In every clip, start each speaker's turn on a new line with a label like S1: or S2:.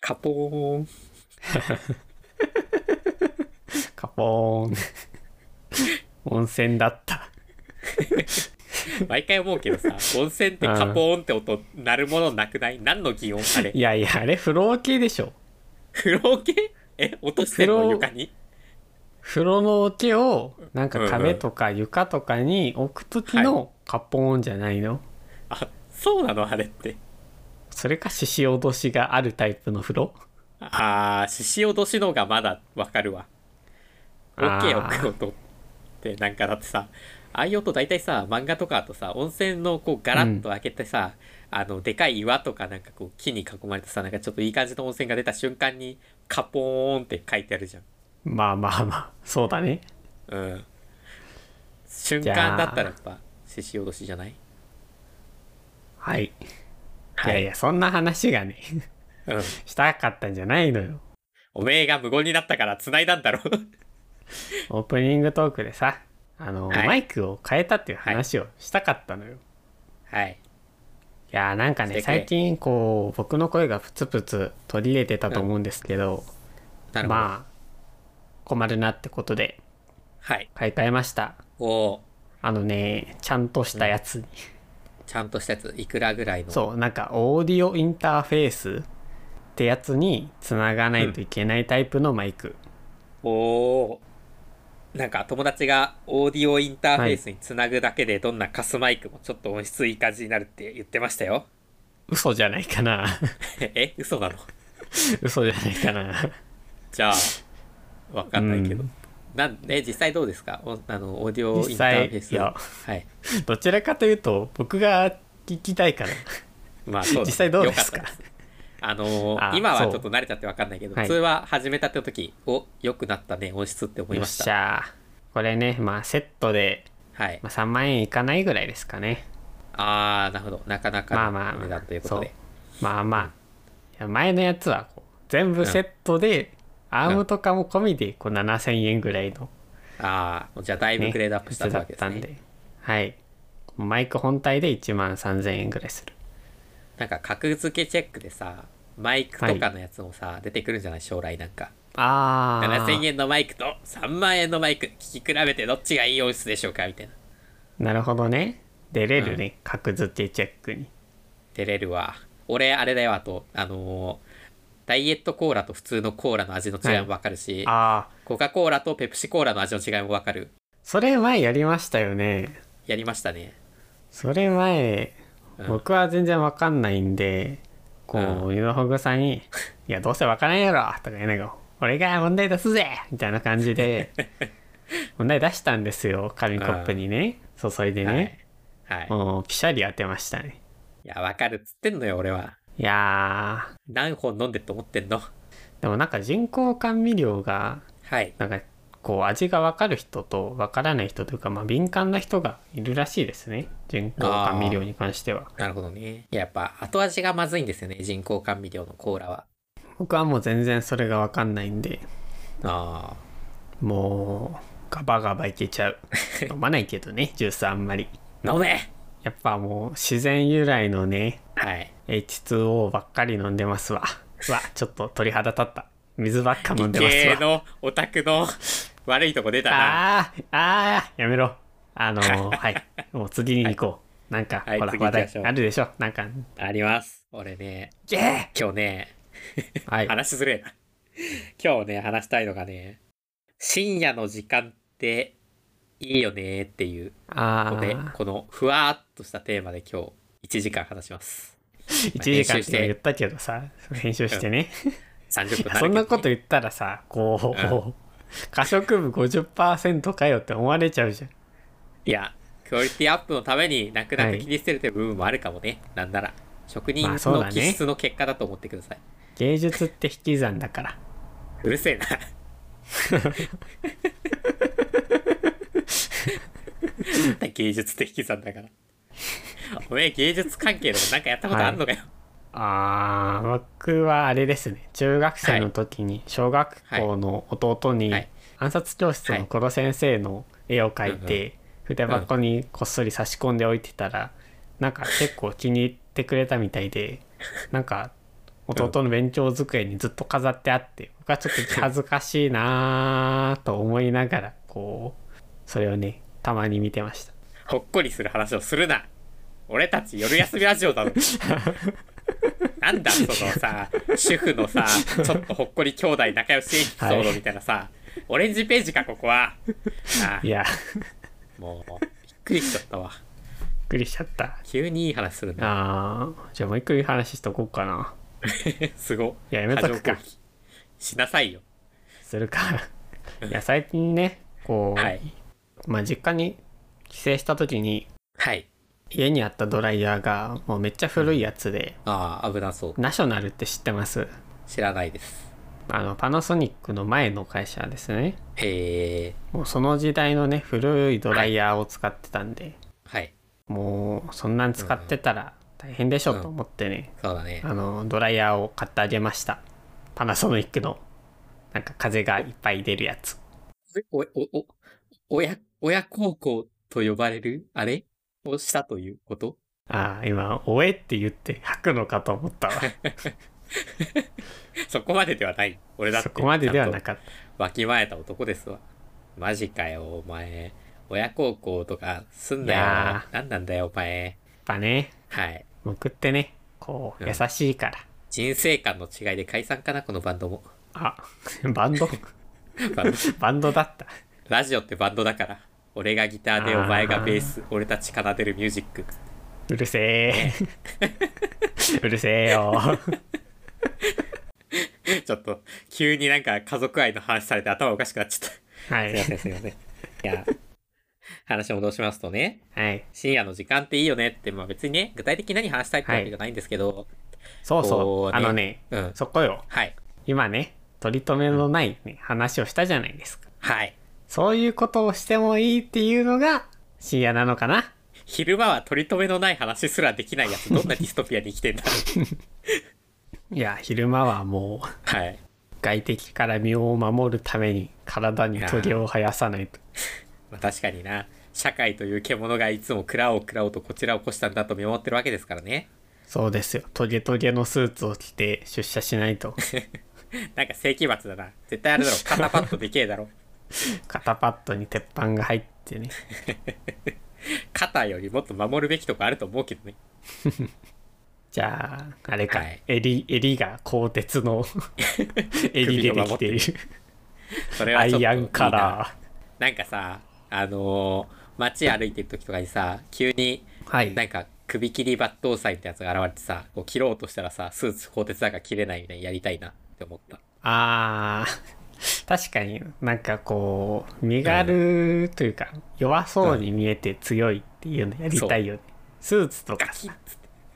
S1: カポーン。
S2: カポーン。温泉だった。
S1: 毎回思うけど さ、温泉ってカポーンって音、鳴るものなくない何の擬音あれ
S2: い。やいや、あれ、風呂系でしょ。
S1: 風呂系え、落としてん
S2: 風
S1: の
S2: 呂
S1: 床に
S2: 風呂の桶を、なん
S1: うん
S2: か
S1: うん
S2: 壁とか床とかに置くとき
S1: は
S2: のカポーンじゃないの、
S1: あ、そうなのあれって。
S2: それか獅子落としがあるタイプの風呂
S1: あー、獅子落としのがまだわかるわ。オ
S2: あー
S1: ッケーオッケー音って、なんかだってさ、ああいう音大体さ、漫画とかあとさ、温泉のこうガラッと開けてさ、あの、でかい岩とかなんかこう木に囲まれてさ、なんかちょっといい感じの温泉が出た瞬間に、カポーンって書いてあるじゃん。
S2: まあまあまあ、そうだね。
S1: うん。瞬
S2: じゃ
S1: 間
S2: あ
S1: だったらやっぱ、獅子落としじゃない
S2: はい。、
S1: はい
S2: やいや、そんな話がね、
S1: うん。
S2: したかったんじゃないのよ。
S1: おめえが無言になったから繋いだんだろ。
S2: オープニングトークでさ、あの、
S1: はい
S2: マイクを変えたっていう話をしたかったのよ。い、
S1: はい。
S2: やーなんか
S1: して
S2: ね、
S1: くれ
S2: 最近こう、僕の声がプツプツ取り入れてたと思うんですけど、
S1: なるほど。
S2: まあ、困るなってことで、
S1: はい。
S2: 買い替えました。
S1: おお
S2: あのね、ちゃんとしたやつに。
S1: ちゃんとしたやつ、いくらぐらいの。
S2: そう、なんかオーディオインターフェースってやつに繋がないといけないタイプのマイク。
S1: おおなんか友達がオーディオインターフェースにつなぐだけでどんなカスマイクもちょっと音質いい感じになるって言ってましたよ。
S2: 嘘じゃないかな。
S1: え嘘なの
S2: 嘘じゃないかな。
S1: じゃあ、わかんないけど。
S2: うん
S1: なんで、実際どうですかおあの、オーディオインターフェース。
S2: 実際いや
S1: はい。
S2: どちらかというと、僕が聞きたいから。
S1: まあ、そうだね
S2: 実際どうですか
S1: よかったあのー
S2: あ
S1: 今は
S2: そう
S1: ちょっと慣れちゃってわかんないけど、
S2: はい
S1: 通話始めたって時、お、良くなったね、音質って思い
S2: よ
S1: ま
S2: っ
S1: し。
S2: したゃー。これね、まあセットで、
S1: はい。
S2: まあ、3万円いかないぐらいですかね。
S1: あー、なるほど。なかな
S2: ま
S1: か
S2: あまあ
S1: の
S2: まあ、
S1: 値段ということで。
S2: そうまあまあ。いや前のやつはこう全部セットで、アームとかも込みでこう7000円ぐらいの
S1: あー、じゃあだいぶ
S2: ね
S1: グレードアップしたって
S2: や
S1: わ
S2: つ
S1: け
S2: だっ
S1: です
S2: た
S1: ね
S2: ん。ではいマイク本体で1万3000円ぐらいする
S1: なんか格付けチェックでさマイクとかのやつもさ、出てくるんじゃない将来なんか
S2: ああ
S1: 7000円のマイクと3万円のマイク聞き比べてどっちがいい音質でしょうかみたいな
S2: なるほどね出れるね、格付けチェックに
S1: 出れるわ俺あれだよあとあのーダイエットコーラと普通のコーラの味の違いもわかるし、
S2: ああ
S1: コカ・コーラとペプシコーラの味の違いもわかる
S2: それ前やりましたよね
S1: やりましたね
S2: それ前、
S1: うん
S2: 僕は全然わかんないんでこう、湯のほぐさん に「いやどうせわからんやろ」とか言いながら「俺が問題出すぜ!」みたいな感じ で問題出したんですよ紙コップにね注いでね、
S1: はい、い
S2: もうピシャリ当てましたね
S1: やわかるっつってんのよ俺はい
S2: やー
S1: 何本飲んでって思ってんの
S2: でもなんか人工甘味料が
S1: はい
S2: なんかこう味が分かる人と分からない人というかまあ敏感な人がいるらしいですね人工甘味料に関しては
S1: なるほどねいややっぱ後味がまずいんですよね人工甘味料のコーラは
S2: 僕はもう全然それが分かんないんで
S1: ああ
S2: もうガバガバいけちゃ う飲まないけどねジュースあんまり
S1: 飲め
S2: やっぱもう自然由来のね
S1: はい。
S2: H2O ばっかり飲んでますわうわちょっと鳥肌立った水ばっか飲んでます
S1: 系
S2: わ
S1: のオタクの悪いとこ出たな。
S2: あーあーやめろあの ーはいもう次に行こう、なんか、
S1: はい
S2: ほら
S1: 次行
S2: 話
S1: きましょう
S2: 題あるでしょなんか
S1: あります。俺ね、
S2: ゲー
S1: 今日ね、
S2: はい
S1: 話しづれえな。今日ね、話したいのがね、深夜の時間っていいよねっていう
S2: あ
S1: ので、
S2: あ
S1: このふわーっとしたテーマで今日1時間話します。
S2: 1時間
S1: 編集
S2: っ
S1: して
S2: て言ったけどさ編集してね、
S1: 30分
S2: そんなこと
S1: い
S2: 言ったらさこう、
S1: う
S2: 可食部50%かよって思われちゃうじゃん
S1: や、クオリティアップのために泣く泣く切り捨てるという部分もあるかもね。なんなら。職人
S2: まあそう
S1: の
S2: だね
S1: 気質の結果だと思ってください。
S2: 芸術って引き算だから
S1: うるせえな。なんだ芸術的さんだから。おめえ芸術関係でもなんかやったことあんのかよ。
S2: あー僕はあれですね中学生の時に小学校の弟に
S1: はい
S2: 暗殺教室の黒先生の絵を描い
S1: は
S2: て筆箱にこっそり差し 込んでおいてたらなんか結構気に入ってくれたみたいでなんか弟の勉強机にずっと飾ってあって、僕はちょっと恥ずかしいなぁと思いながら、こう、それをね、たまに見てました。
S1: ほっこりする話をするな俺たち夜休みラジオだろなんだそのさ主婦のさちょっとほっこり兄弟仲良しエピソードみたいなさ、オレンジページかここはあ
S2: いや、びっ
S1: もうびっくりしちゃったわ
S2: くりしちゃった。
S1: 急にいい話す るな
S2: あー、じゃあもう一個いい話しとこうかな。
S1: すご
S2: いややめとくか
S1: 波状攻撃しなさいよ
S2: するか。いや、最近ね、こう、
S1: はい
S2: まあ実家に帰省した時に、
S1: はい
S2: 家にあったドライヤーがもうめっちゃ古いやつで、
S1: ああ危なそう
S2: ナショナルって知ってます
S1: 知らないです
S2: あのパナソニックの前の会社ですね
S1: へえ
S2: もうその時代のね古いドライヤーを使ってたんで、
S1: はい
S2: もうそんなん使ってたら大変でしょと思ってね、
S1: そうだね
S2: あのドライヤーを買ってあげましたパナソニックのなんか風がいっぱい出るやつ
S1: お、お、お、親、親孝行と呼ばれる、あれをしたということ
S2: ああ今「おえ」って言って吐くのかと思ったわ
S1: そこまでではない。俺だって。
S2: そこまでではな
S1: く。
S2: かっ
S1: わきまえた男ですわ。マジかよ、お前。親孝行とかすんないよ
S2: や。
S1: なんなんだよ、お前。
S2: たやっぱね
S1: はい。
S2: 僕ってねこう
S1: うん
S2: 優しいから、
S1: 人生観の違いで解散かな、このバンドも。
S2: あバンド
S1: バンド
S2: バンドだった
S1: ラジオってバンドだから。俺がギターで、
S2: あー
S1: お前がベース、俺たち奏でるミュージック。
S2: うるせ えうるせえよ
S1: ちょっと、急になんか家族愛の話されて頭おかしくなっちゃった。
S2: は
S1: す いま
S2: い
S1: せん、すい ません。いや、話戻しますとね、
S2: はい
S1: 深夜の時間っていいよねって、まあ別にね、具体的に何話したいってわけじゃないんですけど、
S2: そうそ
S1: こ
S2: う
S1: うね
S2: あのね
S1: うん。
S2: そこよ
S1: はい。
S2: 今ね取り留めのない、ね話をしたじゃないですか
S1: はい。
S2: そういうことをしてもいいっていうのが深夜なのかな
S1: 昼間は取り留めのない話すらできないやつ、どんなディストピアに生きて んだ
S2: いや昼間はもう
S1: はい。
S2: 外敵から身を守るために体にトゲを生やさないと
S1: まあ確かにな、社会という獣がいつも蔵を蔵をとこちらを越したんだと見守ってるわけですからね。
S2: そうですよトゲトゲのスーツを着て出社しないと
S1: なんか世紀末だな。絶対あれだろ、肩パッドでけえだろ。
S2: 肩パッドに鉄板が入って ね
S1: 肩よりもっと守るべきとこあると思うけどね。
S2: じゃああれか、
S1: はい
S2: 襟襟が鋼鉄 の襟でできている
S1: それは
S2: ア
S1: ちょっといい
S2: イ
S1: な
S2: アンカラ
S1: なんかさ、あのー街歩いてる時とかにさ、急に
S2: ーはい
S1: なんか首切り抜刀祭ってやつが現れてさ、こう切ろうとしたらさ、スーツ鋼鉄だから切れないみたいにやりたいなって思った。
S2: あー確かになんかこう身軽というか弱そうに見えて強いっていうのやりたいよね、スーツとかさ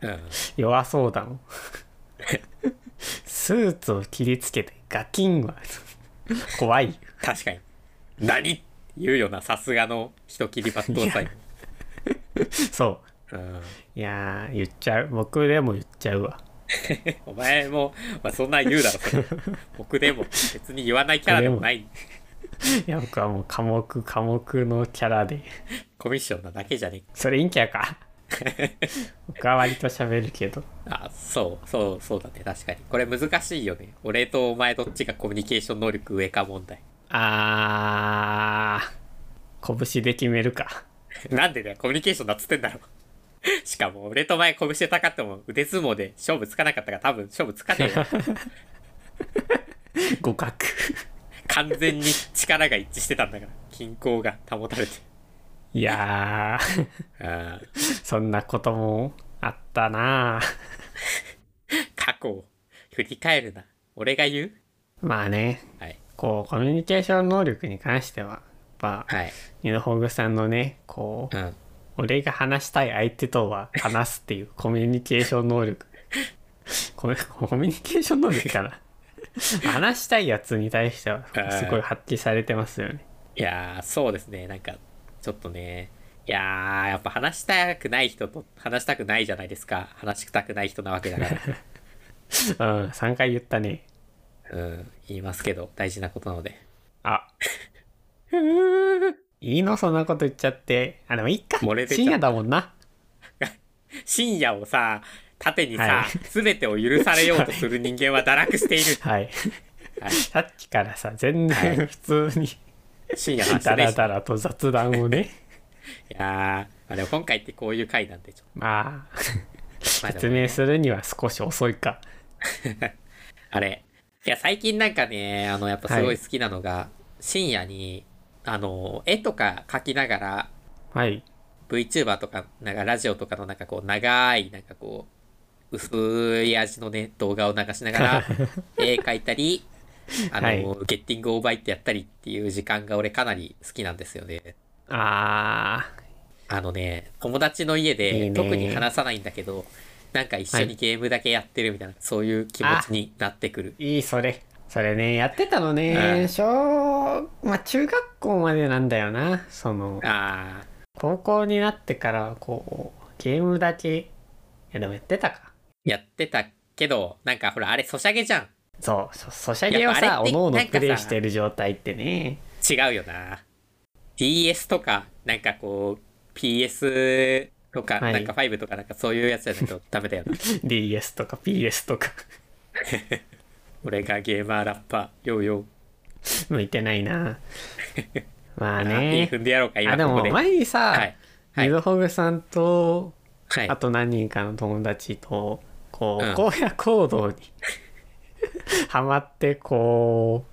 S1: うん。
S2: 弱そうだもん スーツを切りつけてガキンは怖いよ
S1: 確かに。何って言うよな、さすがの人切り抜刀祭。
S2: そ
S1: うん。
S2: ういやー言っちゃう僕でも言っちゃうわ
S1: お前も、まあ、そんなん言うだろ、それ。僕でも、別に言わないキャラでもない、
S2: いや僕はもう寡黙寡黙のキャラで
S1: コミッションなだけじゃね
S2: それ陰キャか僕は割と喋るけど
S1: あ、そう、そう、そうだね、確かに。これ難しいよね。俺とお前どっちがコミュニケーション能力上か問題。
S2: あー拳で決めるか
S1: なんでだよ、コミュニケーションだっつってんだろ。 しかも、俺と前拳でたかっても腕相撲で勝負つかなかったから多分勝負つかねえよ。
S2: 互角
S1: 完全に力が一致してたんだから、均衡が保たれて。
S2: いやー
S1: あー
S2: そんなこともあったなあ
S1: 過去を振り返るな。俺が言う
S2: まあね
S1: はい。
S2: こうコミュニケーション能力に関してはまあ
S1: はい。
S2: 二のホグさんのねこう
S1: うん。
S2: 俺が話したい相手とは話すっていうコミュニケーション能力 コミコミュニケーション能力かな 話したいやつに対してはすごい発揮されてますよね
S1: いやー、そうですね。なんか、ちょっとね。いやー、やっぱ話したくない人と話したくないじゃないですか。話したくない人なわけだから。
S2: うん3回言ったね
S1: うん。言いますけど、大事なことなので。
S2: あ いいのそんなこと言っちゃってあでもいいか
S1: 漏れ出ちゃう
S2: 深夜だもんな
S1: 深夜をさ縦に
S2: は
S1: さ、
S2: い
S1: すべてを許されようとする人間は堕落している。
S2: はい
S1: は い
S2: さっきからさ全
S1: は
S2: 然普通に
S1: 深夜の話
S2: ダ
S1: で
S2: ラ
S1: し
S2: ダラと雑談をね
S1: いやー、まあ、でも今回ってこういう回なんで、ちょっ
S2: まあ
S1: と、まあで
S2: 説
S1: も
S2: 明するには少し遅いか
S1: あれ。いや、最近なんかね、あの、やっぱすご
S2: はいい
S1: 好きなのが、深夜に、あの、絵とか描きながら、
S2: はい
S1: VTuber とか、なんかラジオとかのなんかこう、長い、なんかこう、薄い味のね、動画を流しなが ら、絵描いたり、あの、
S2: はい
S1: ゲッティングオーバイってやったりっていう時間が俺かなり好きなんですよね。
S2: あ
S1: あのね、友達の
S2: い
S1: 家
S2: いね
S1: で特に話さないんだけど、なんか一緒にゲームだけやってるみたいな、そういう気持ちになってくる。
S2: ーいいそれそれねやってたの
S1: う
S2: ね
S1: ん
S2: 小まあ中学校までなんだよなその
S1: あ
S2: 高校になってからこうゲームだけいやでもやってたか
S1: ーやってたけど、なんかほら、あれ、ソシャゲじゃん。
S2: そうそソシャゲを
S1: やっぱ
S2: さ
S1: あれっ
S2: お
S1: て
S2: のお
S1: な
S2: の
S1: んかさ
S2: プレイしてる状態ってね
S1: 違うよな。DS とか、なんかこう、PS とか、
S2: はい
S1: なんか5とか、なんかそういうやつじゃない とダメだよな。
S2: DS とか PS とか
S1: 俺がゲーマーラッパー、ヨーヨー。
S2: 向いてない なまあ
S1: あいい
S2: ね
S1: 踏んでやろうか、今
S2: あで
S1: ここ
S2: も
S1: で。
S2: 前にさ、
S1: はい。はい
S2: ミドホグさんと
S1: はい
S2: あ。と何人かの友達とこう、
S1: うん
S2: 荒野行動に ハマってこ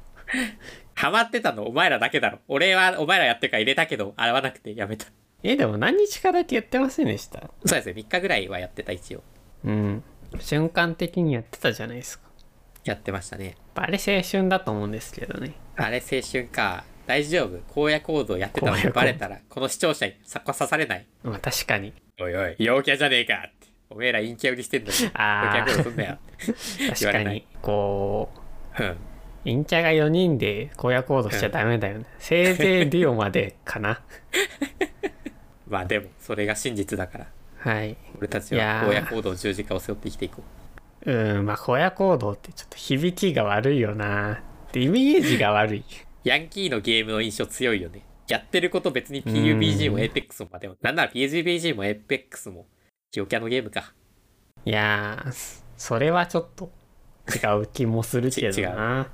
S1: ハマってたのお前らだけだろ。俺はお前らやってるから入れたけど、洗わなくてやめた。
S2: うえでも何日かだけやってませんでした
S1: そうですね、3日ぐらいはやってた、一応。
S2: うん瞬間的にやってたじゃないですか
S1: やってましたね。
S2: あれ青春だと思うんですけどね
S1: あれ、青春か。大丈夫。荒野行動やってたの
S2: 荒
S1: に
S2: 野行動
S1: バレたら、この視聴者にさ刺されない。
S2: まあ確かに
S1: おいおい、陽キャじゃねえかって。おめえら陰キャ売りしてんだよ。陽キ
S2: あ
S1: ャ
S2: ー
S1: 行動すんなよ。言
S2: 確
S1: わ
S2: か
S1: れない
S2: にこう
S1: うん。
S2: 陰キャが4人で荒野行動しちゃダメだよね、せいぜいディオまでかな
S1: まあでも、それが真実だから。
S2: はい
S1: 俺たち
S2: い
S1: は
S2: やー
S1: 荒野行動十字架を背負って生きていこう。
S2: うんまあ荒野行動ってちょっと響きが悪いよなでイメージが悪い
S1: ヤンキーのゲームの印象強いよね。やってること別に PUBG も APEX も、まあでも、なんなら PUBG も APEX も、陽キャのゲームか。
S2: いやーそれはちょっと違う気もするけどな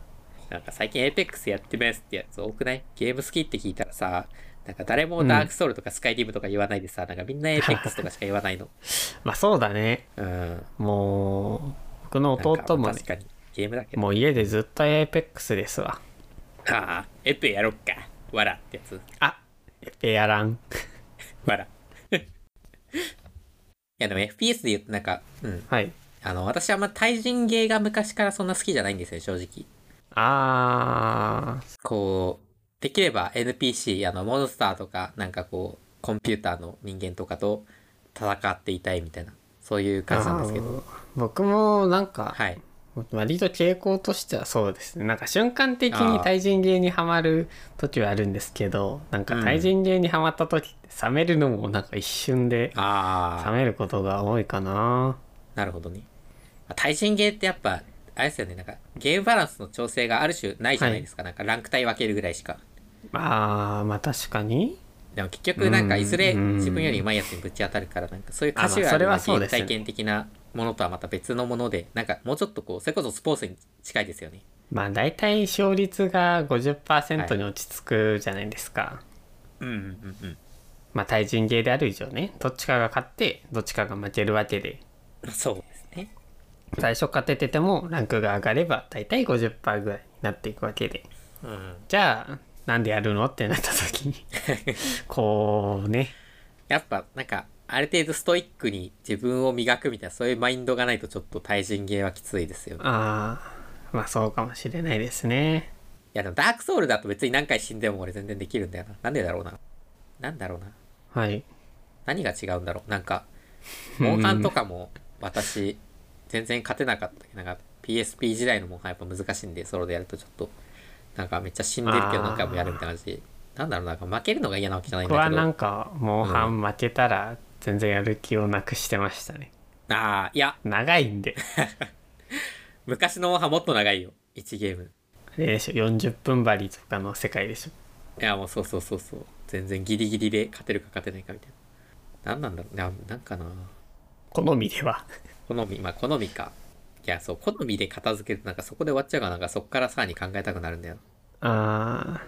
S1: なんか最近 APEX やってますってやつ多くないゲーム好きって聞いたらさ、なんか誰もダークソウルとかスカイリムとか言わないでさ、なんかみんな APEX とかしか言わないの。
S2: まあそうだね
S1: うん。
S2: もう僕の弟も
S1: なんかまあ
S2: ね
S1: 確かにゲームだけど。
S2: もう家でずっと APEX ですわ
S1: はあ、エペやろっか。わらってやつ。
S2: あエペやらん
S1: わ ら。いやでも FPS で言うとなんか、うん。
S2: はい
S1: あの、私はあんま対人ゲーが昔からそんな好きじゃないんですよ、正直。
S2: あー
S1: こう、できれば NPC、あの、モンスターとか、なんかこう、コンピューターの人間とかと戦っていたいみたいな、そういう感じなんですけど。
S2: あー僕もなんか、
S1: はい。
S2: 割と傾向としてはそうですねなんか瞬間的に対人芸にはまる時はあるんですけどなんか対人芸にはまった時って冷めるのもなんか一瞬で冷
S1: ああ、
S2: めることが多いかな
S1: なるほどね。対人ゲーってやっぱ、あれですよね、なんか、ゲームバランスの調整がある種ないじゃないですか、なんかランク帯分けるぐらいしか。
S2: あーまあ確かに
S1: でも結局なんか、
S2: うん
S1: いずれ
S2: うん
S1: 自分より上手いやつにぶち当たるから、なんかそういうカジュ
S2: あまあ
S1: ア
S2: そ
S1: ル
S2: れ
S1: な
S2: は
S1: ゲ
S2: そ
S1: ー
S2: う
S1: ム
S2: ですね
S1: 体験的なものとはまた別のもので、なんかもうちょっとこう、それこそスポーツに近いですよね。
S2: まあ大体勝率が50%に落ち着くじゃないですか、
S1: うんうんうんうん。
S2: まあ対人芸である以上ねどっちかが勝ってどっちかが負けるわけで
S1: そうですね。
S2: 最初勝てててもランクが上がれば大体50%ぐらいになっていくわけで
S1: うん。
S2: じゃあなんでやるのってなった時 にこうね
S1: やっぱ、なんか、ある程度ストイックに自分を磨くみたいな、そういうマインドがないとちょっと対人芸はきついですよね。い
S2: ああまあそうかもしれないですね
S1: や、でもダークソウルだと別に何回死んでも俺全然できるんだよな。なんでだろうな。なんだろうな。
S2: はい
S1: 何が違うんだろう。なんか、
S2: うん
S1: モンハンとかも私、全然勝てなかったけど、なんか PSP 時代のモンハンやっぱ難しいんで、ソロでやるとちょっと、なんかめっちゃ死んでるけ
S2: あー
S1: ど何回もやるみたいな感じ。なんだろうな、なんか負けるのが嫌なわけじゃないん
S2: 僕
S1: だ
S2: は
S1: け
S2: な
S1: ど。
S2: んかモンハン負けたら全然やる気をなくしてましたね
S1: ああ、いや、
S2: 長いんで
S1: 昔のモンハンもっと長いよ。1ゲーム。
S2: あれでしょ40分張りとかの世界でしょ
S1: いやもうそうそうそうそう全然ギリギリで勝てるか勝てないかみたいな何なんだろうななんかな
S2: 好みでは
S1: 好みまあ好みかいやそう好みで片付けるとなんかそこで終わっちゃうからなんかそこからさらに考えたくなるんだよ
S2: あ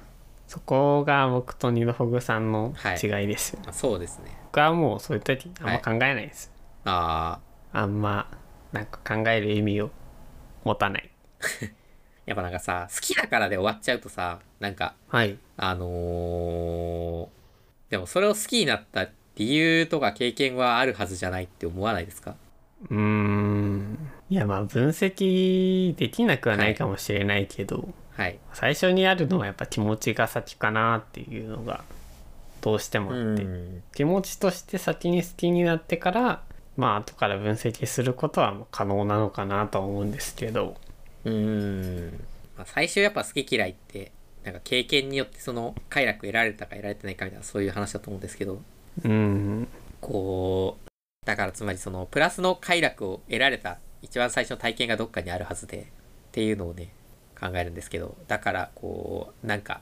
S2: ーそこが僕とニドホグさんの違いですよ、
S1: あそうですね
S2: 僕はもうそういう時あんま考えないです、
S1: ああ
S2: あんまなんか考える意味を持たない
S1: やっぱなんかさ好きだからで終わっちゃうとさなんか
S2: はい
S1: あのーでもそれを好きになった理由とか経験はあるはずじゃないって思わないですか
S2: うーんいやまあ分析できなくはないかもしれないけど、
S1: はい
S2: 最初にあるのはやっぱ気持ちが先かなっていうのがどうしてもあって、
S1: ん
S2: 気持ちとして先に好きになってからまあ後から分析することはもう可能なのかなとは思うんですけど
S1: うーん、まあ、最終やっぱ好き嫌いってなんか経験によってその快楽得られたか得られてないかみたいなそういう話だと思うんですけど
S2: うん
S1: こうだからつまりそのプラスの快楽を得られた一番最初の体験がどっかにあるはずでっていうのをね考えるんですけどだからこうなんか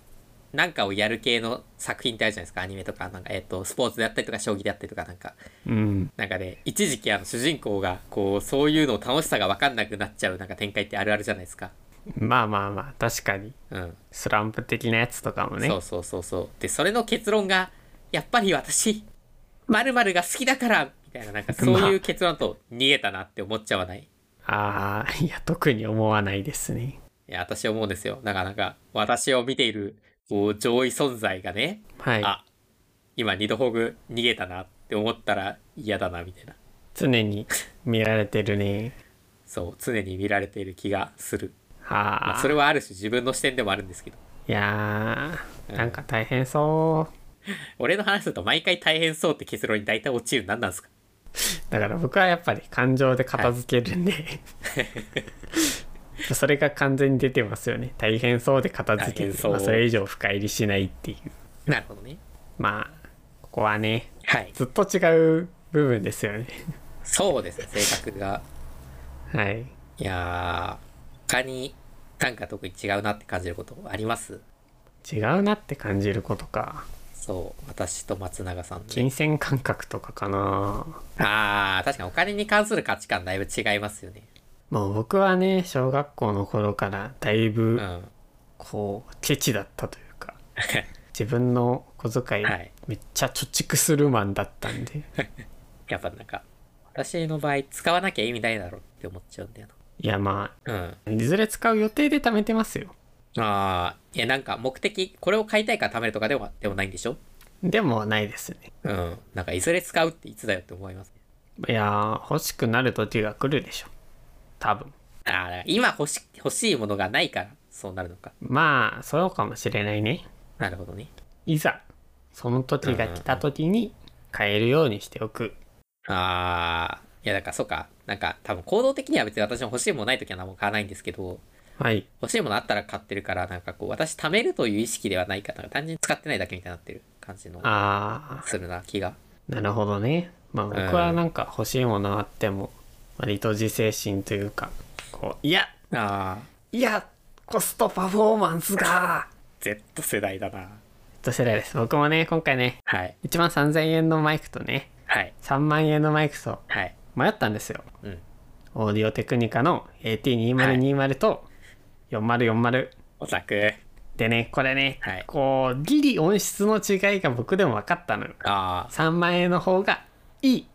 S1: なんかをやる系の作品ってあるじゃないですかアニメとかなんか、えっとスポーツであったりとか将棋であったりとかなんか
S2: うん
S1: なんかね一時期あの主人公がこうそういうのを楽しさが分かんなくなっちゃうなんか展開ってあるあるじゃないですか。
S2: まあまあまあ確かに
S1: うん、
S2: スランプ的なやつとかもね
S1: そうそうそうそうでそれの結論がやっぱり私まるが好きだからみたいななんか そういう結論だと逃げたなって思っちゃわない
S2: ああいや特に思わないですね
S1: いや私思うんですよなかなか私を見ているこう上位存在がね、
S2: はい
S1: あ今二度ホグ逃げたなって思ったら嫌だなみたいな
S2: 常に見られてるね
S1: そう常に見られている気がする
S2: はあ、
S1: まあそれはある種自分の視点でもあるんですけど
S2: いや
S1: う
S2: ー
S1: ん
S2: なんか大変そ
S1: 俺の話すると毎回大変そうって結論に大体落ちる何なんですか
S2: うだから僕はやっぱり感情で片付けるんで、それが完全に出てますよね大変そうで片付ける
S1: 大変そう
S2: まあ、それ以上深入りしないっていう
S1: なるほどね
S2: まあここはね
S1: はい
S2: ずっと違う部分ですよね
S1: そうですね性格が
S2: はい
S1: いやー、他に短歌特に違うなって感じることあります
S2: 違うなって感じることか
S1: そう、私と松永さんで。
S2: 金銭感覚とかかな
S1: あー、確かにお金に関する価値観だいぶ違いますよね。
S2: もう僕はね小学校の頃からだいうぶ
S1: ん。
S2: こうケチだったという か自分の小遣い
S1: はい
S2: めっちゃ貯蓄するマンだったんでい
S1: やっぱなんか、私の場合、使わなきゃ意味ないだろうって思っちゃうんだよ
S2: やま
S1: な。うん。
S2: あいずれ使う予定で貯めてますよ
S1: あー、いやなんか目的、これを買いたいから貯めるとかではでもないんでしょ
S2: でもないですね
S1: うん。なんか、いずれ使うっていつだよって思います、ね。
S2: いやー欲しくなる時が来るでしょ多分
S1: あー、だから今欲し欲しいものがないから、そうなるのか。
S2: まあそうかもしれないね
S1: なるほどね。
S2: いざその時が来た時に買えるようにしておく
S1: ああ、いや、だから、そうか。なんか、多分行動的には別に私も欲しいものないときは何も買わないんですけど、
S2: はい
S1: 欲しいものあったら買ってるから、なんかこう、私貯めるという意識ではないから、なんか単純に使ってないだけみたいになってる感じの、
S2: あ
S1: するな、気が。
S2: ーなるほどねまあ僕はなんか欲しいものあっても割と自制心というかこういや
S1: ああ、
S2: いや、コストパフォーマンスが
S1: Z 世代だな。
S2: と世代です。僕もね、今回ね、
S1: はい、
S2: 1万3000円のマイクとね、
S1: はい、
S2: 3万円のマイクと
S1: はい。
S2: 迷ったんですよ。
S1: うん。
S2: オーディオテクニカの AT2020 と4040。
S1: オタク。
S2: でね、これね、
S1: はい
S2: こう、ギリ音質の違いが僕でも分かったのよ。
S1: あ
S2: 3万円の方がいい。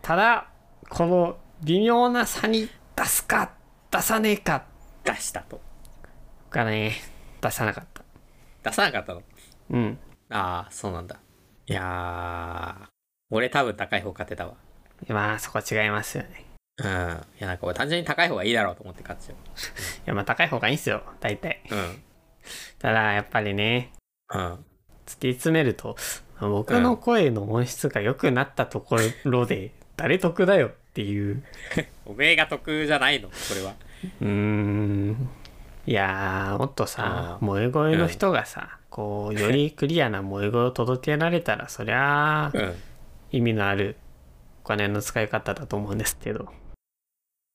S2: ただ、この微妙な差に出すか、出さねえか
S1: あ、出したと。
S2: がね、出さなかった。
S1: 出さなかったの。
S2: うん。
S1: ああ、そうなんだ。いやー、俺多分高い方買ってたわ。
S2: まあ、そこ違いますよね。
S1: うん。いや、なんか俺単純に高い方がいいだろうと思って買っちゃ
S2: いやまあ高い方がいいんすよ大体
S1: う。うん。
S2: ただやっぱりね
S1: うん。
S2: 突き詰めると僕の声の音質が良くなったところで誰得だよっていう
S1: おめえが得じゃないのそ れは。
S2: うーんいやーもっとさ
S1: あー
S2: 萌え声の人がさこうよりクリアな萌え声を届けられたらそりゃ
S1: うん。
S2: 意味のあるお金の使い方だと思うんですけど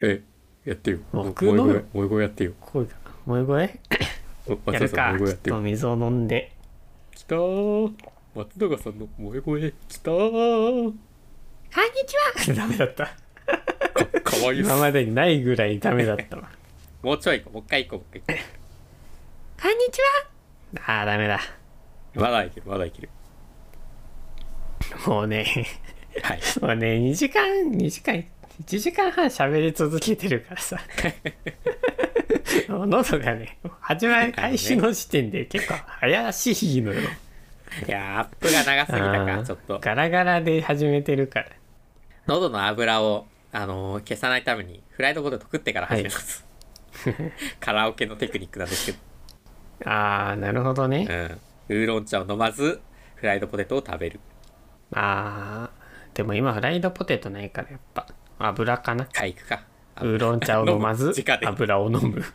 S1: え、やってよ。
S2: 僕の萌え声
S1: 萌え声やってよ。
S2: 声が萌え声やるかちょっと。水を飲んで
S1: きたー。松永さんの萌え声、きた
S2: 「こん
S1: ー。
S2: にちは! 」ダメだった
S1: かわいいっす
S2: 今までにないぐらいダメだったわ
S1: もうちょい行こうもう一回行こうもう一回行こ
S2: こんにちはあーダメだ
S1: うまだいけるまだいける
S2: もうね
S1: はい
S2: もうね2時間2時間1時間半喋り続けてるから さもう喉がね始まり開始の時点で結構怪しいのよ
S1: いやーアップが長すぎた
S2: う
S1: か
S2: ん
S1: ちょっと
S2: ガラガラで始めてるから
S1: 喉の油を、あのー消さないためにフライドポテト食ってから始めます、 カラオケのテクニックなんですけど、
S2: ああなるほどね、
S1: うん、ウーロン茶を飲まずフライドポテトを食べる
S2: あーでも今フライドポテトないからやっぱ油かな
S1: 体育かあ
S2: ウーロン茶を飲ま
S1: 飲
S2: ず
S1: む直で
S2: 油を飲む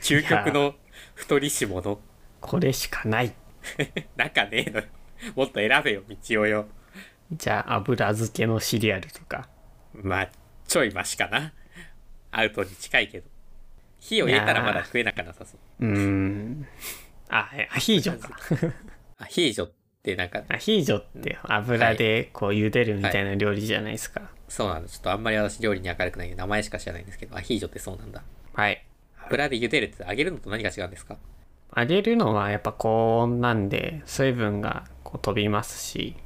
S1: 究極の太りしもの
S2: これしかない
S1: なんかねえのよもっと選べよ道をよ
S2: じゃあ油漬けのシリアルとか
S1: まあちょいマシかなアウトに近いけど火を入れたらまだ食えなかなさそう
S2: うーんあえアヒージョか
S1: アヒージョってなんか
S2: アヒージョって油でこう茹でるみたいな料理じゃないですか
S1: そうなんですちょっとあんまり私料理に明るくないんで名前しか知らないんですけどアヒージョってそうなんだ
S2: はい
S1: 油で茹でるって揚げるのと何が違うんですか
S2: 揚げるのはやっぱ高温なんで水分がこう飛びますし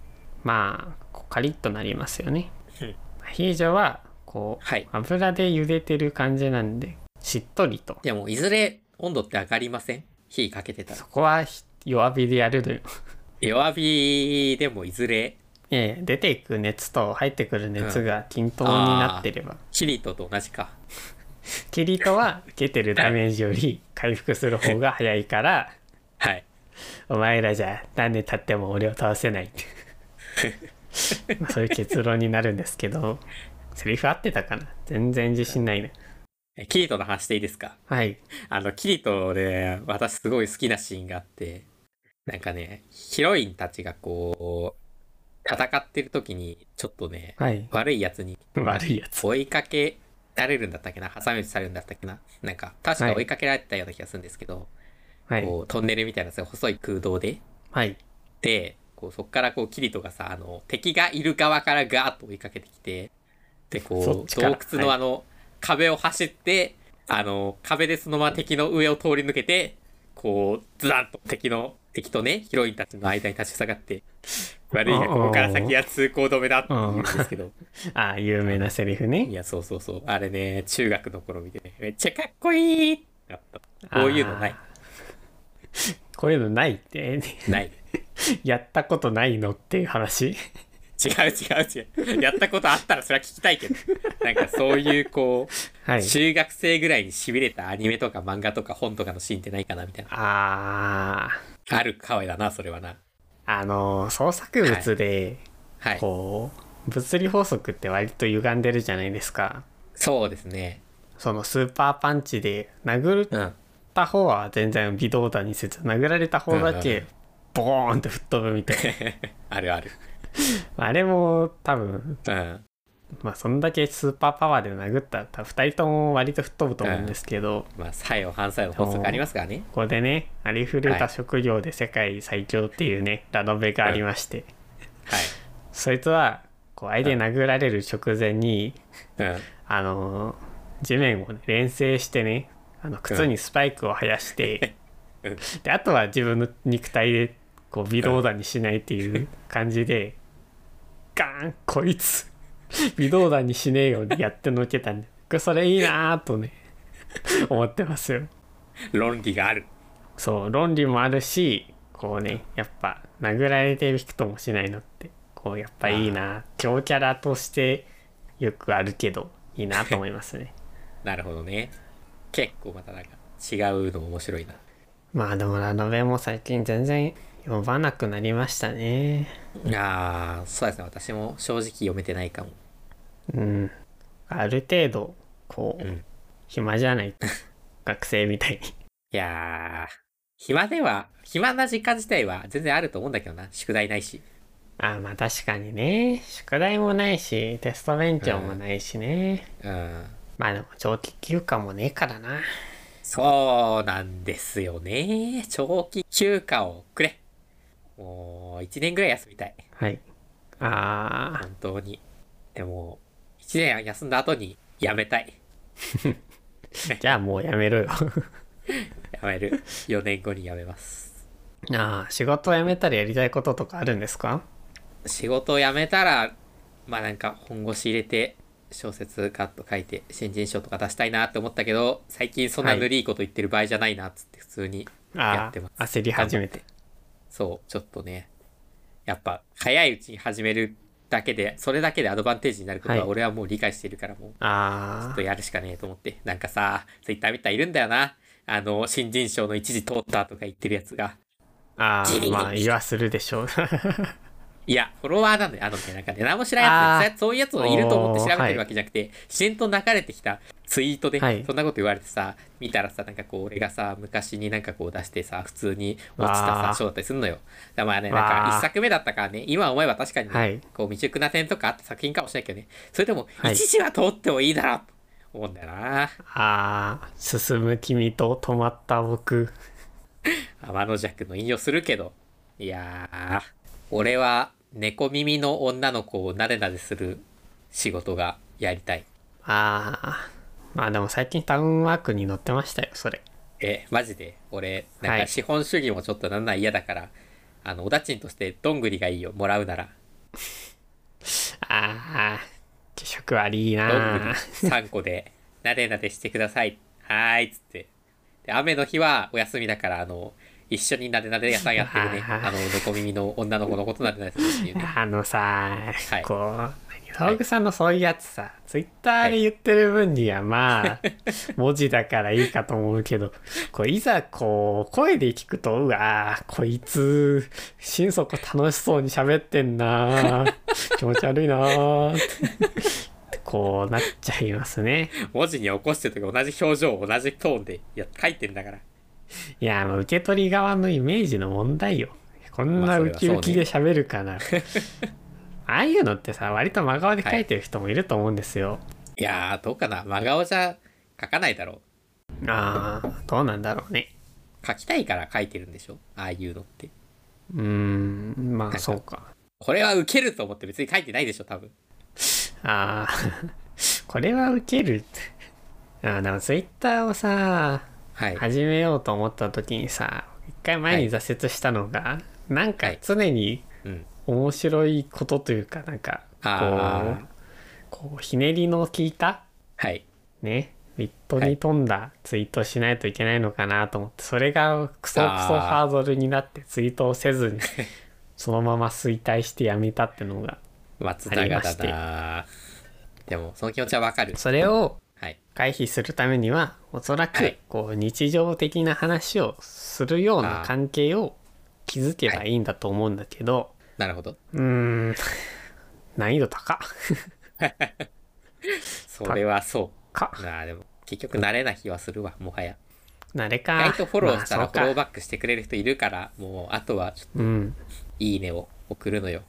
S2: まあこうカリッとなりますよね
S1: うん
S2: アヒージョはこう、
S1: はい
S2: 油で茹でてる感じなんでしっとりと
S1: でもいずれ温度って上がりません火かけてたら
S2: そこはひ弱火でやるのよ
S1: 弱火でもいずれ
S2: いやいや出ていく熱と入ってくる熱が均等になってれば、
S1: キリトと同じか
S2: キリトは受けてるダメージより回復する方が早いから
S1: はい
S2: お前らじゃ何年経っても俺を倒せないってまあそういう結論になるんですけどセリフ合ってたかな全然自信ないね
S1: えキリトの話していいですか
S2: はい
S1: あの、キリトで、私すごい好きなシーンがあって、なんかね、ヒロインたちがこう、戦ってる時に、ちょっとね、
S2: はい
S1: 悪いやつに
S2: 悪いやつ
S1: 追いかけられるんだったっけな、挟み撃ちされるんだったっけな、なんか、確
S2: は
S1: か
S2: い
S1: 追いかけられてたような気がするんですけど、
S2: はい
S1: こう、トンネルみたいなさ、細い空洞で、
S2: はい
S1: で、こうそっからこう、キリトがさ、あの、敵がいる側からガーッと追いかけてきて、で、
S2: そっ
S1: こう、
S2: ちから
S1: 洞窟の
S2: はい
S1: あの、壁を走って、あの、壁でそのまま敵の上を通り抜けて、こう、ズダンと敵の、敵とね、ヒロインたちの間に立ち塞がって、悪いがここから先は通行止めだって言うんですけど、
S2: ああ有名なセリフ
S1: い
S2: ね
S1: や、そうそうそう、あれね、中学の頃見てね、めっちゃかっこいいってなった。
S2: あー
S1: こういうのない、
S2: こういうのないって
S1: ない。
S2: やったことないのっていう話
S1: 違う違う違う。やったことあったらそれは聞きたいけど。なんかそういうこ
S2: は
S1: う、
S2: い
S1: 中学生ぐらいに痺れたアニメとか漫画とか本とかのシーンってないかなみたいな。
S2: ああ
S1: ある可愛いだな、それはな。
S2: あのー創作物で
S1: はい。
S2: こう物理法則って割と歪んでるじゃないですか
S1: そうですね。
S2: そのスーパーパンチで殴る
S1: うん。
S2: った方は全然微動だにせず殴られた方だ
S1: う
S2: けボーンって吹っ飛ぶみたい
S1: あるある。
S2: なあれも多分
S1: うん。
S2: まあそんだけスーパーパワーで殴ったら多分2人とも割と吹っ飛ぶと思うんですけど、
S1: まあ、作用反作用の法則ありますからね。
S2: ここでねありふれた職業で世界最強っていうねラノベがありまして、
S1: は
S2: そいつはこう相手殴られる直前に、
S1: い。
S2: あのー地面をね連成してねあの靴にスパイクを生やして、
S1: うん
S2: であとは自分の肉体でこう微動だにしないっていう感じで、ガーンこいつ微動だにしねえよでやってのけたんで僕それいいなぁとね思ってますよ
S1: うん。論理がある。
S2: そう論理もあるしこうねやっぱ殴られてびくともしないのってこうやっぱいいなぁ強キャラとしてよくあるけどいいなと思いますね
S1: なるほどね。結構またなんか違うの面白いな。
S2: まあでもラノベも最近全然読まなくなりましたね。
S1: いやー、そうですね。私も正直読めてないかも。
S2: うん。ある程度、こう、
S1: うん
S2: 暇じゃ ない。学生みたいに。
S1: いやー、暇では、暇な時間自体は全然あると思うんだけどな。宿題ないし。
S2: ああまあ確かにね。宿題もないし、テスト勉強もないしね。
S1: うん。
S2: まあでも長期休暇もねえからな。
S1: そうなんですよね。長期休暇をくれ。もう、一年ぐらい休みたい。
S2: はい。ああ、
S1: 本当に。でも、1年休んだ後に辞めたい。
S2: じゃあもうやめろよ
S1: 辞める。4年後に辞めます。
S2: ああ仕事を辞めたらやりたいこととかあるんですか
S1: 仕事を辞めたら、まあなんか本腰入れて、小説カッと書いて、新人賞とか出したいなって思ったけど、最近そんなぬるいこと言ってる場合じゃないなっつって普通にや
S2: あ
S1: ってま
S2: あ焦り始めて
S1: そう、ちょっとね、やっぱ早いうちに始めるだけで、それだけでアドバンテージになること
S2: は
S1: はい俺はもう理解しているから、もうちょ
S2: あ
S1: っ
S2: あ
S1: とやるしかねえと思って、なんかさ、ツイッター見たらいるんだよな。あの、新人賞の一時通ったとか言ってるやつが。
S2: あ
S1: ギリ
S2: あ
S1: ギリ
S2: まあ言わするで しょう
S1: いや、フォロワーなんだよ。あのね、なんかね、何も知らんやつ、
S2: あー
S1: そういうやつもいると思って調べ
S2: おーは
S1: て
S2: い
S1: るわけじゃなくて、自然と流れてきたツイートで、
S2: はい
S1: そんなこと言われてさ、見たらさ、なんかこう、俺がさ、昔になんかこう出してさ、普通に落ちた
S2: わ
S1: さ
S2: ー、
S1: 賞だったりすんのよ。だからまあね、なんか
S2: わー
S1: 一作目だったからね、今思えば確かにね、
S2: はい
S1: こう、未熟な点とかあった作品かもしれないけどね、それでも、
S2: はい
S1: 一時は通ってもいいだろうと思うんだよな。
S2: ああ進む君と止まった僕
S1: 天の弱の引用するけどいやー俺は猫耳の女の子をなでなでする仕事がやりたい
S2: ああまあでも最近タウンワークに乗ってましたよそれ
S1: えマジで俺なん
S2: は
S1: か
S2: い
S1: 資本主義もちょっとなんない嫌だから、あのおだちんとしてどんぐりがいいよもらうなら
S2: ああ辞職悪い
S1: どんぐり
S2: な
S1: 3個でなでなでしてくださいはーいっつってで雨の日はお休みだからあの一緒になでなで屋さんやってるね
S2: あー
S1: あの猫耳の女の子のことなでなでするっていうね
S2: あのさ、
S1: はい
S2: こう東北さんのそういうやつさ、ツイッターで言ってる分にはまあ、 文字だからいいかと思うけどこういざこう声で聞くとうわーこいつ心底楽しそうに喋ってんな ー気持ち悪いなーってこうなっちゃいますね
S1: 文字に起こしてる時同じ表情同じトーンでいや書いてんだから
S2: いやもう受け取り側のイメージの問題よこん
S1: ま
S2: な
S1: あそれ
S2: ウ
S1: は
S2: キウキで喋るかな、ああいうのってさ割と真顔で書いてる人もいると思うんですよ、
S1: いやーどうかな真顔じゃ書かないだろう
S2: ああどうなんだろうね
S1: 書きたいから書いてるんでしょああいうのって
S2: うーんま
S1: か
S2: あそうか
S1: これはウケると思って別に書いてないでしょ多分
S2: ああ これはウケるあーでもツイッターをさ
S1: はい
S2: 始めようと思った時にさ一回前に挫折したのが、なんか
S1: はい
S2: 常に
S1: うん
S2: 面白いことというかなんか
S1: あー
S2: こうこうひねりの効いた
S1: はい
S2: ねビットに富んだツイートしないといけないのかなと思ってそれがクソクソハードルになってツイートをせずに そのまま衰退してやめたってのが
S1: 松永
S2: ありま
S1: だ
S2: して
S1: なでもその気持ちはわかる
S2: それを
S1: はい
S2: 回避するためにはおそら
S1: は
S2: く
S1: い
S2: こう日常的な話をするような関係を築けばいいんだと思うんだけど
S1: なるほど
S2: うーん難易度高っ
S1: それはそ
S2: か
S1: うなあでも結局慣れない気はするわもはや
S2: 慣れ
S1: 意
S2: か
S1: 外とフォローした
S2: まあ
S1: らフォロ
S2: そ
S1: ー
S2: うか
S1: バックしてくれる人いるからもうあとはちょっ
S2: う
S1: と
S2: ん
S1: いいねを送るのよ。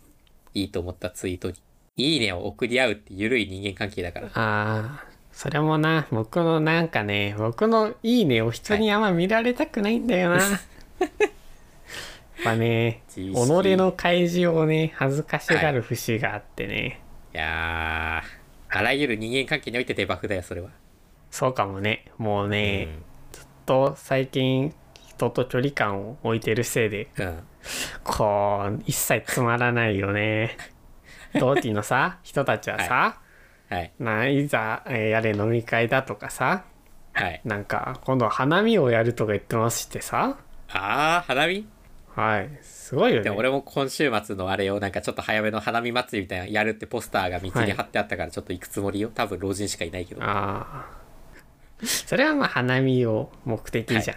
S1: いいと思ったツイートに。いいねを送り合うって緩い人間関係だから。
S2: ああそれもな僕のなんかね僕の「いいね」を人にあんま見られたくないんだ よな、やっぱね
S1: 自
S2: 己
S1: 意識
S2: の開示をね恥ずかしがる節があってね、
S1: いやー、あらゆる人間関係においてデバフだよ、それは。
S2: そうかもねもうね、
S1: うん
S2: と最近人と距離感を置いてるせいで
S1: うん。
S2: こう一切つまらないよ ね同期のさ人たちはさ、
S1: はい。
S2: ないざえーやれ飲み会だとかさ
S1: はい。
S2: なんか今度花見をやるとか言ってましてさ
S1: あー、花見
S2: はい、すごいよね。
S1: でも俺も今週末のあれをなんかちょっと早めの花見祭りみたいなのやるってポスターが道に貼ってあったからちょっと行くつもりよ。多分老人しかいないけど。
S2: ああ。それはまあ花見を目的じゃん。
S1: はい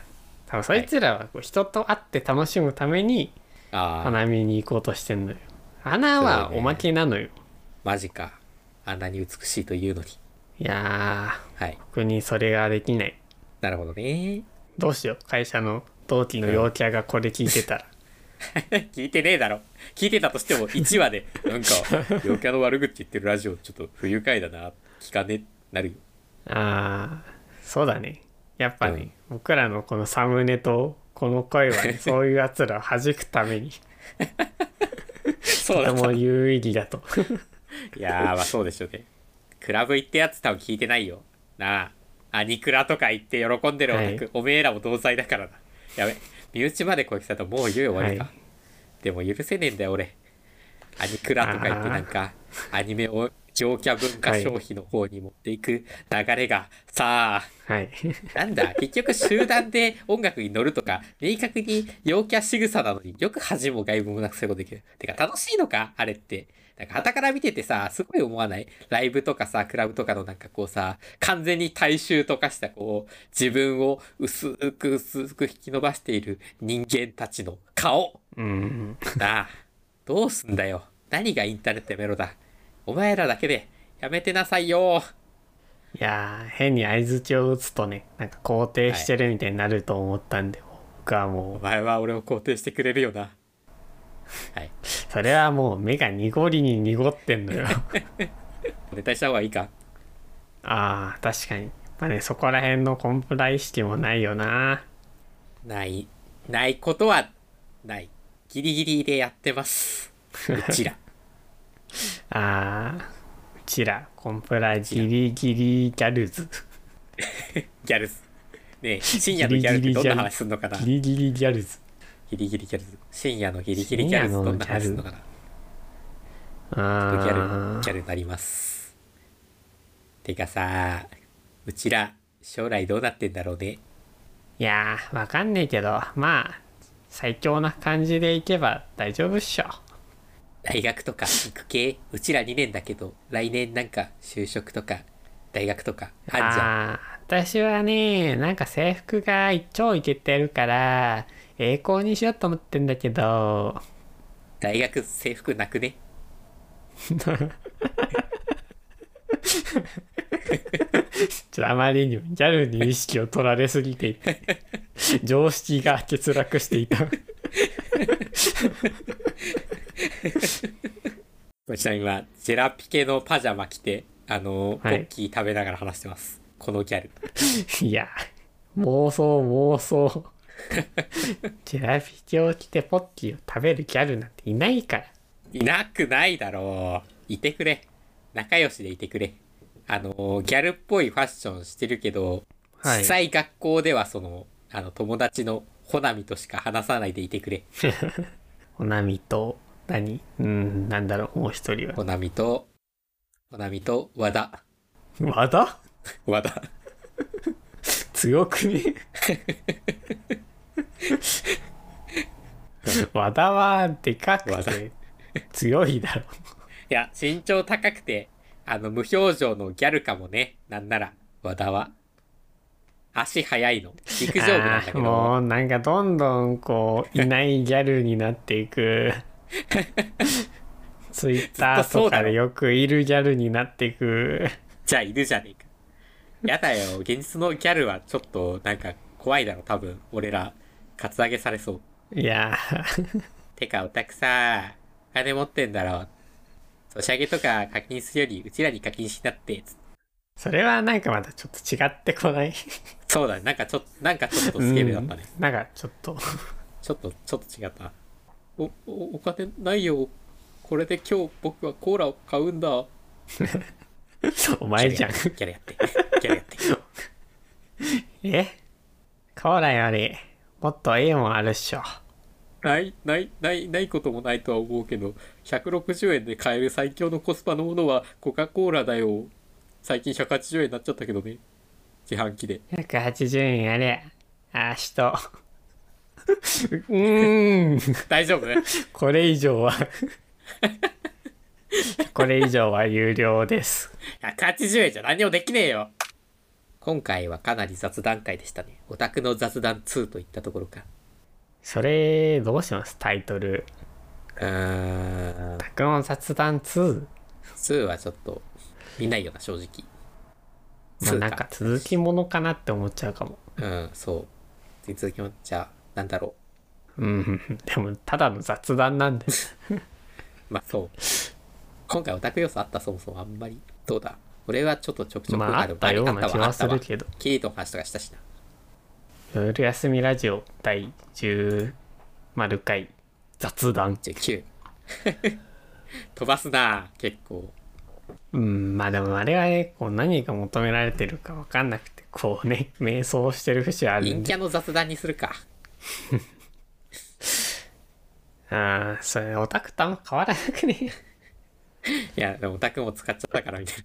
S2: 多分そいつらはこう人と会って楽しむために
S1: あー、
S2: 花見に行こうとしてんのよ。花
S1: す
S2: は
S1: ごいね
S2: おまけなのよ。
S1: マジか。あんなに美しいというのに。
S2: いや
S1: はい
S2: ー、。僕にそれができない。
S1: なるほどね。
S2: どうしよう、会社の同期の陽キャがこれ聞いてたら。
S1: 聞いてねえだろ聞いてたとして も1話でなん か陽キャの悪口言ってるラジオちょっと不愉快だな聞かねえなるよ
S2: ああ、そうだね。やっぱね、僕らのこのサムネとこの声 はね、そういう奴らを弾くために、
S1: そう
S2: と
S1: だ
S2: て
S1: っ た
S2: も有意義だと。
S1: いやーまあそうでしょうねクラブ行ってやつ多分聞いてないよなあアニクラとか行って喜んでるオタク、
S2: は
S1: おめえらも同罪だからなやべ身内までこう来たともう言う終わりか、
S2: はい
S1: でも許せねえんだよ俺アニクラとか言って
S2: あー
S1: なんかアニメを上キャ文化消費の方に持っていく流れがさあ
S2: はい。
S1: なんだ、結局集団で音楽に乗るとか、明確に陽キャ仕草なのによく恥も外部もなくそういうことできる。てか楽しいのかあれって。なんか旗から見ててさ、すごい思わないライブとかさ、クラブとかのなんかこうさ、完全に大衆とかしたこう、自分を薄く薄く引き伸ばしている人間たちの顔
S2: うん。
S1: なあ、どうすんだよ。何がインターネットやめろだ。お前らだけでやめてなさいよ。
S2: いやー、変に相槌を打つとね、なんか肯定してるみたいになると思ったんで、僕は
S1: お
S2: も
S1: 前は俺を肯定してくれるよな。はい。
S2: う、それはもう目が濁りに濁ってんの よ。
S1: ネタした方がいいか
S2: ああ、確かに。やっぱね、そこら辺のコンプラ意識もないよな。
S1: ないないことはないギリギリでやってますうち ら
S2: ああ、うちら、コンプラギリギリギャルズ。
S1: ギャルズねえ深夜のギャルズどんな話すんのかな
S2: ギリギリギャルズ。
S1: ギリギリギャルズ深夜のギリギリギャルズどんな話すんのかなギャ
S2: あ
S1: ルギャルになりますてかさうちら将来どうなってんだろうね
S2: いやー、わかんねえけど、まあ、最強な感じでいけば大丈夫っしょ。
S1: 大学とか行く系うちら2年だけど来年なんか就職とか大学とかあんじゃん
S2: あー私はね、なんか制服が一丁いけてるから、栄光にしようと思ってんだけど、
S1: 大学制服なくね
S2: ちょっとあまりにもギャルに意識を取られすぎていて、常識が欠落していた。
S1: ちなみに今、ジェラピケのパジャマ着て、あのー、ポ
S2: はい
S1: ッキー食べながら話してます。このギャル。
S2: いや、妄想妄想。ジェラピケを着てポッキーを食べるギャルなんていないから。
S1: いなくないだろう。いてくれ。仲良しでいてくれ。あのー、ギャルっぽいファッションしてるけど、
S2: はい
S1: 小さい学校ではその、あの、友達のホナミとしか話さないでいてくれ。
S2: おなみと、何うん、なんだろう、もう一人は。
S1: ホナミと、ホナミと和田。
S2: 和田
S1: 和田。
S2: 強くね 和田はでかく
S1: 和田
S2: て強いだろ
S1: いや、身長高くて、あの、無表情のギャルかもね。なんなら、和田は。足速いの。陸上部なんだけ
S2: あー
S1: ど。
S2: もうなんかどんどんこういないギャルになってい くツイッターとかでよくいるギャルになっていく
S1: じゃあいるじゃねえか。やだ よ、現実のギャルはちょっとなんか怖いだろ、多分。俺ら、カツアゲされそう。
S2: いやー
S1: てか、オタクさ、金持ってんだろ。ソシャゲとか課金するより、うちらに課金しなって。つ
S2: それはなんかまたちょっと違ってこない
S1: そうだね、なんかちょっと、なんかちょっとスケベだったね。
S2: うんなんかちょっと
S1: ちょっと、ちょっと違ったな。お、お、お金ないよ。これで今日僕はコーラを買うんだ。
S2: お前じゃん
S1: ギャルやって。ギャルやって。
S2: えコーラよりもっといいもんあるっしょ
S1: ない、ない、ない、ないこともないとは思うけど、160円で買える最強のコスパのものはコカ・コーラだよ。最近180円になっちゃったけどね。自販機で。
S2: 180円やれあーしとうーん
S1: 大丈夫
S2: これ以上はこれ以上は有料です
S1: ?180 円じゃ何もできねえよ。今回はかなり雑談会でしたね。オタクの雑談2といったところか。
S2: それどうしますタイトル
S1: うー
S2: 「
S1: ん。
S2: 拓音雑談2
S1: 2はちょっと見ないよな、正直」。
S2: まあ
S1: 2
S2: なんか続きものかなって思っちゃうかも
S1: うん、そう。で続きも、じゃあ、なんだろ
S2: うんでもただの雑談 なんで
S1: う。まあ、そう。今回オタク要素あった、そもそもあんまり。どうだ俺はちょっとちょくちょく、
S2: まああ
S1: で
S2: っ
S1: も
S2: たよう
S1: あ
S2: な
S1: っ
S2: 気
S1: たわあ
S2: は
S1: っ
S2: す
S1: たわ
S2: るけど
S1: キリトの話とかしたしな。
S2: 夜休みラジオ第10丸回雑談
S1: 19。飛ばすな結構。
S2: うん、まあでもあれはね、こう何が求められてるか分かんなくて、こうね、 迷走してる節ある
S1: 陰
S2: ん
S1: キ
S2: で。
S1: ャの雑談にするか。
S2: ああ、それオタクとあんま変わらなくね。
S1: いや、でもオタクも使っちゃったからみたい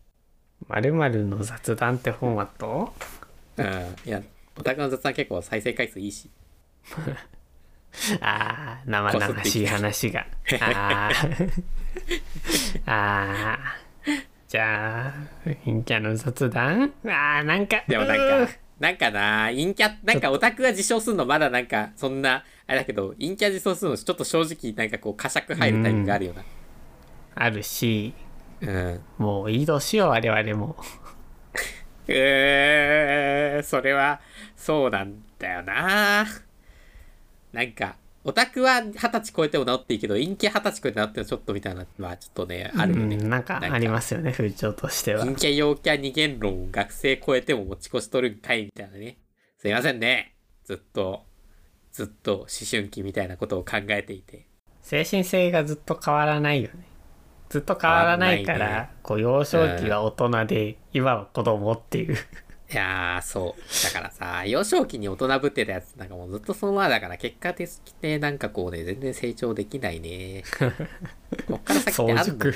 S2: 〇〇の雑談ってフォーマット
S1: な。うん。いや、オタクの雑談結構再生回数いいし。
S2: ああ、生々しい話が。ああ。ああ。じゃあ、陰キャの雑談ああ、なんか。
S1: でも
S2: う
S1: なん
S2: う
S1: か、なんかな、陰キャ、なんかオタクが自称するのまだなんか、そんな、あれだけど、陰キャ自称するのちょっと正直なんかこう、呵責入るタイミングがあるよな。
S2: あるし、
S1: うん。う
S2: もういい年よ、我々も。
S1: えー、それは、そうなんだよな。なんか、オタクは二十歳超えても治っていいけど、陰キャ二十歳超えて治ってもちょっとみたいなのはちょっとね、あるよね。
S2: うん、なんか
S1: なんか
S2: ありますよね、風潮としては
S1: 陰。キャ陽キャ二元論を学生超えても持ち越しとるんかいみたいなね。すいませんね。ずっと、ずっと思春期みたいなことを考えていて。
S2: 精神性がずっと変わらないよね。ずっと変わらないか
S1: 変わらな
S2: ら、
S1: いね
S2: こう幼少期は大人で、今は子供っていう。
S1: いやー、そう。だからさ、幼少期に大人ぶってたやつなんかもうずっとそのままだから、結果的になんかこうね、全然成長できな いね。こっから先って
S2: 早
S1: あんの
S2: 熟。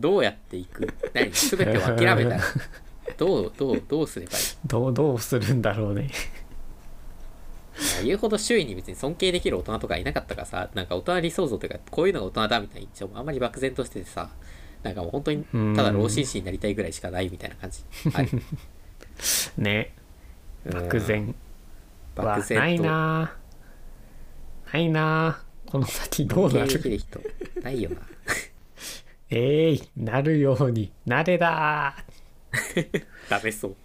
S1: どうやっていく何全てを諦 めたら。どう、どう、どうすればいい
S2: どう、どうするんだろうね。
S1: 言うほど周囲に別に尊敬できる大人とかいなかったからさなんか大人理想像というかこういうのが大人だみたいな一応あんまり漠然としててさなんかもう本当にただ老紳士になりたいぐらいしかないみたいな感じ ある
S2: ね。漠然
S1: うん
S2: は
S1: 漠然と
S2: ないなぁないなぁこの先どうな
S1: 尊敬でき
S2: る
S1: る人ないよな
S2: えい、なるようになれだ
S1: ダメそう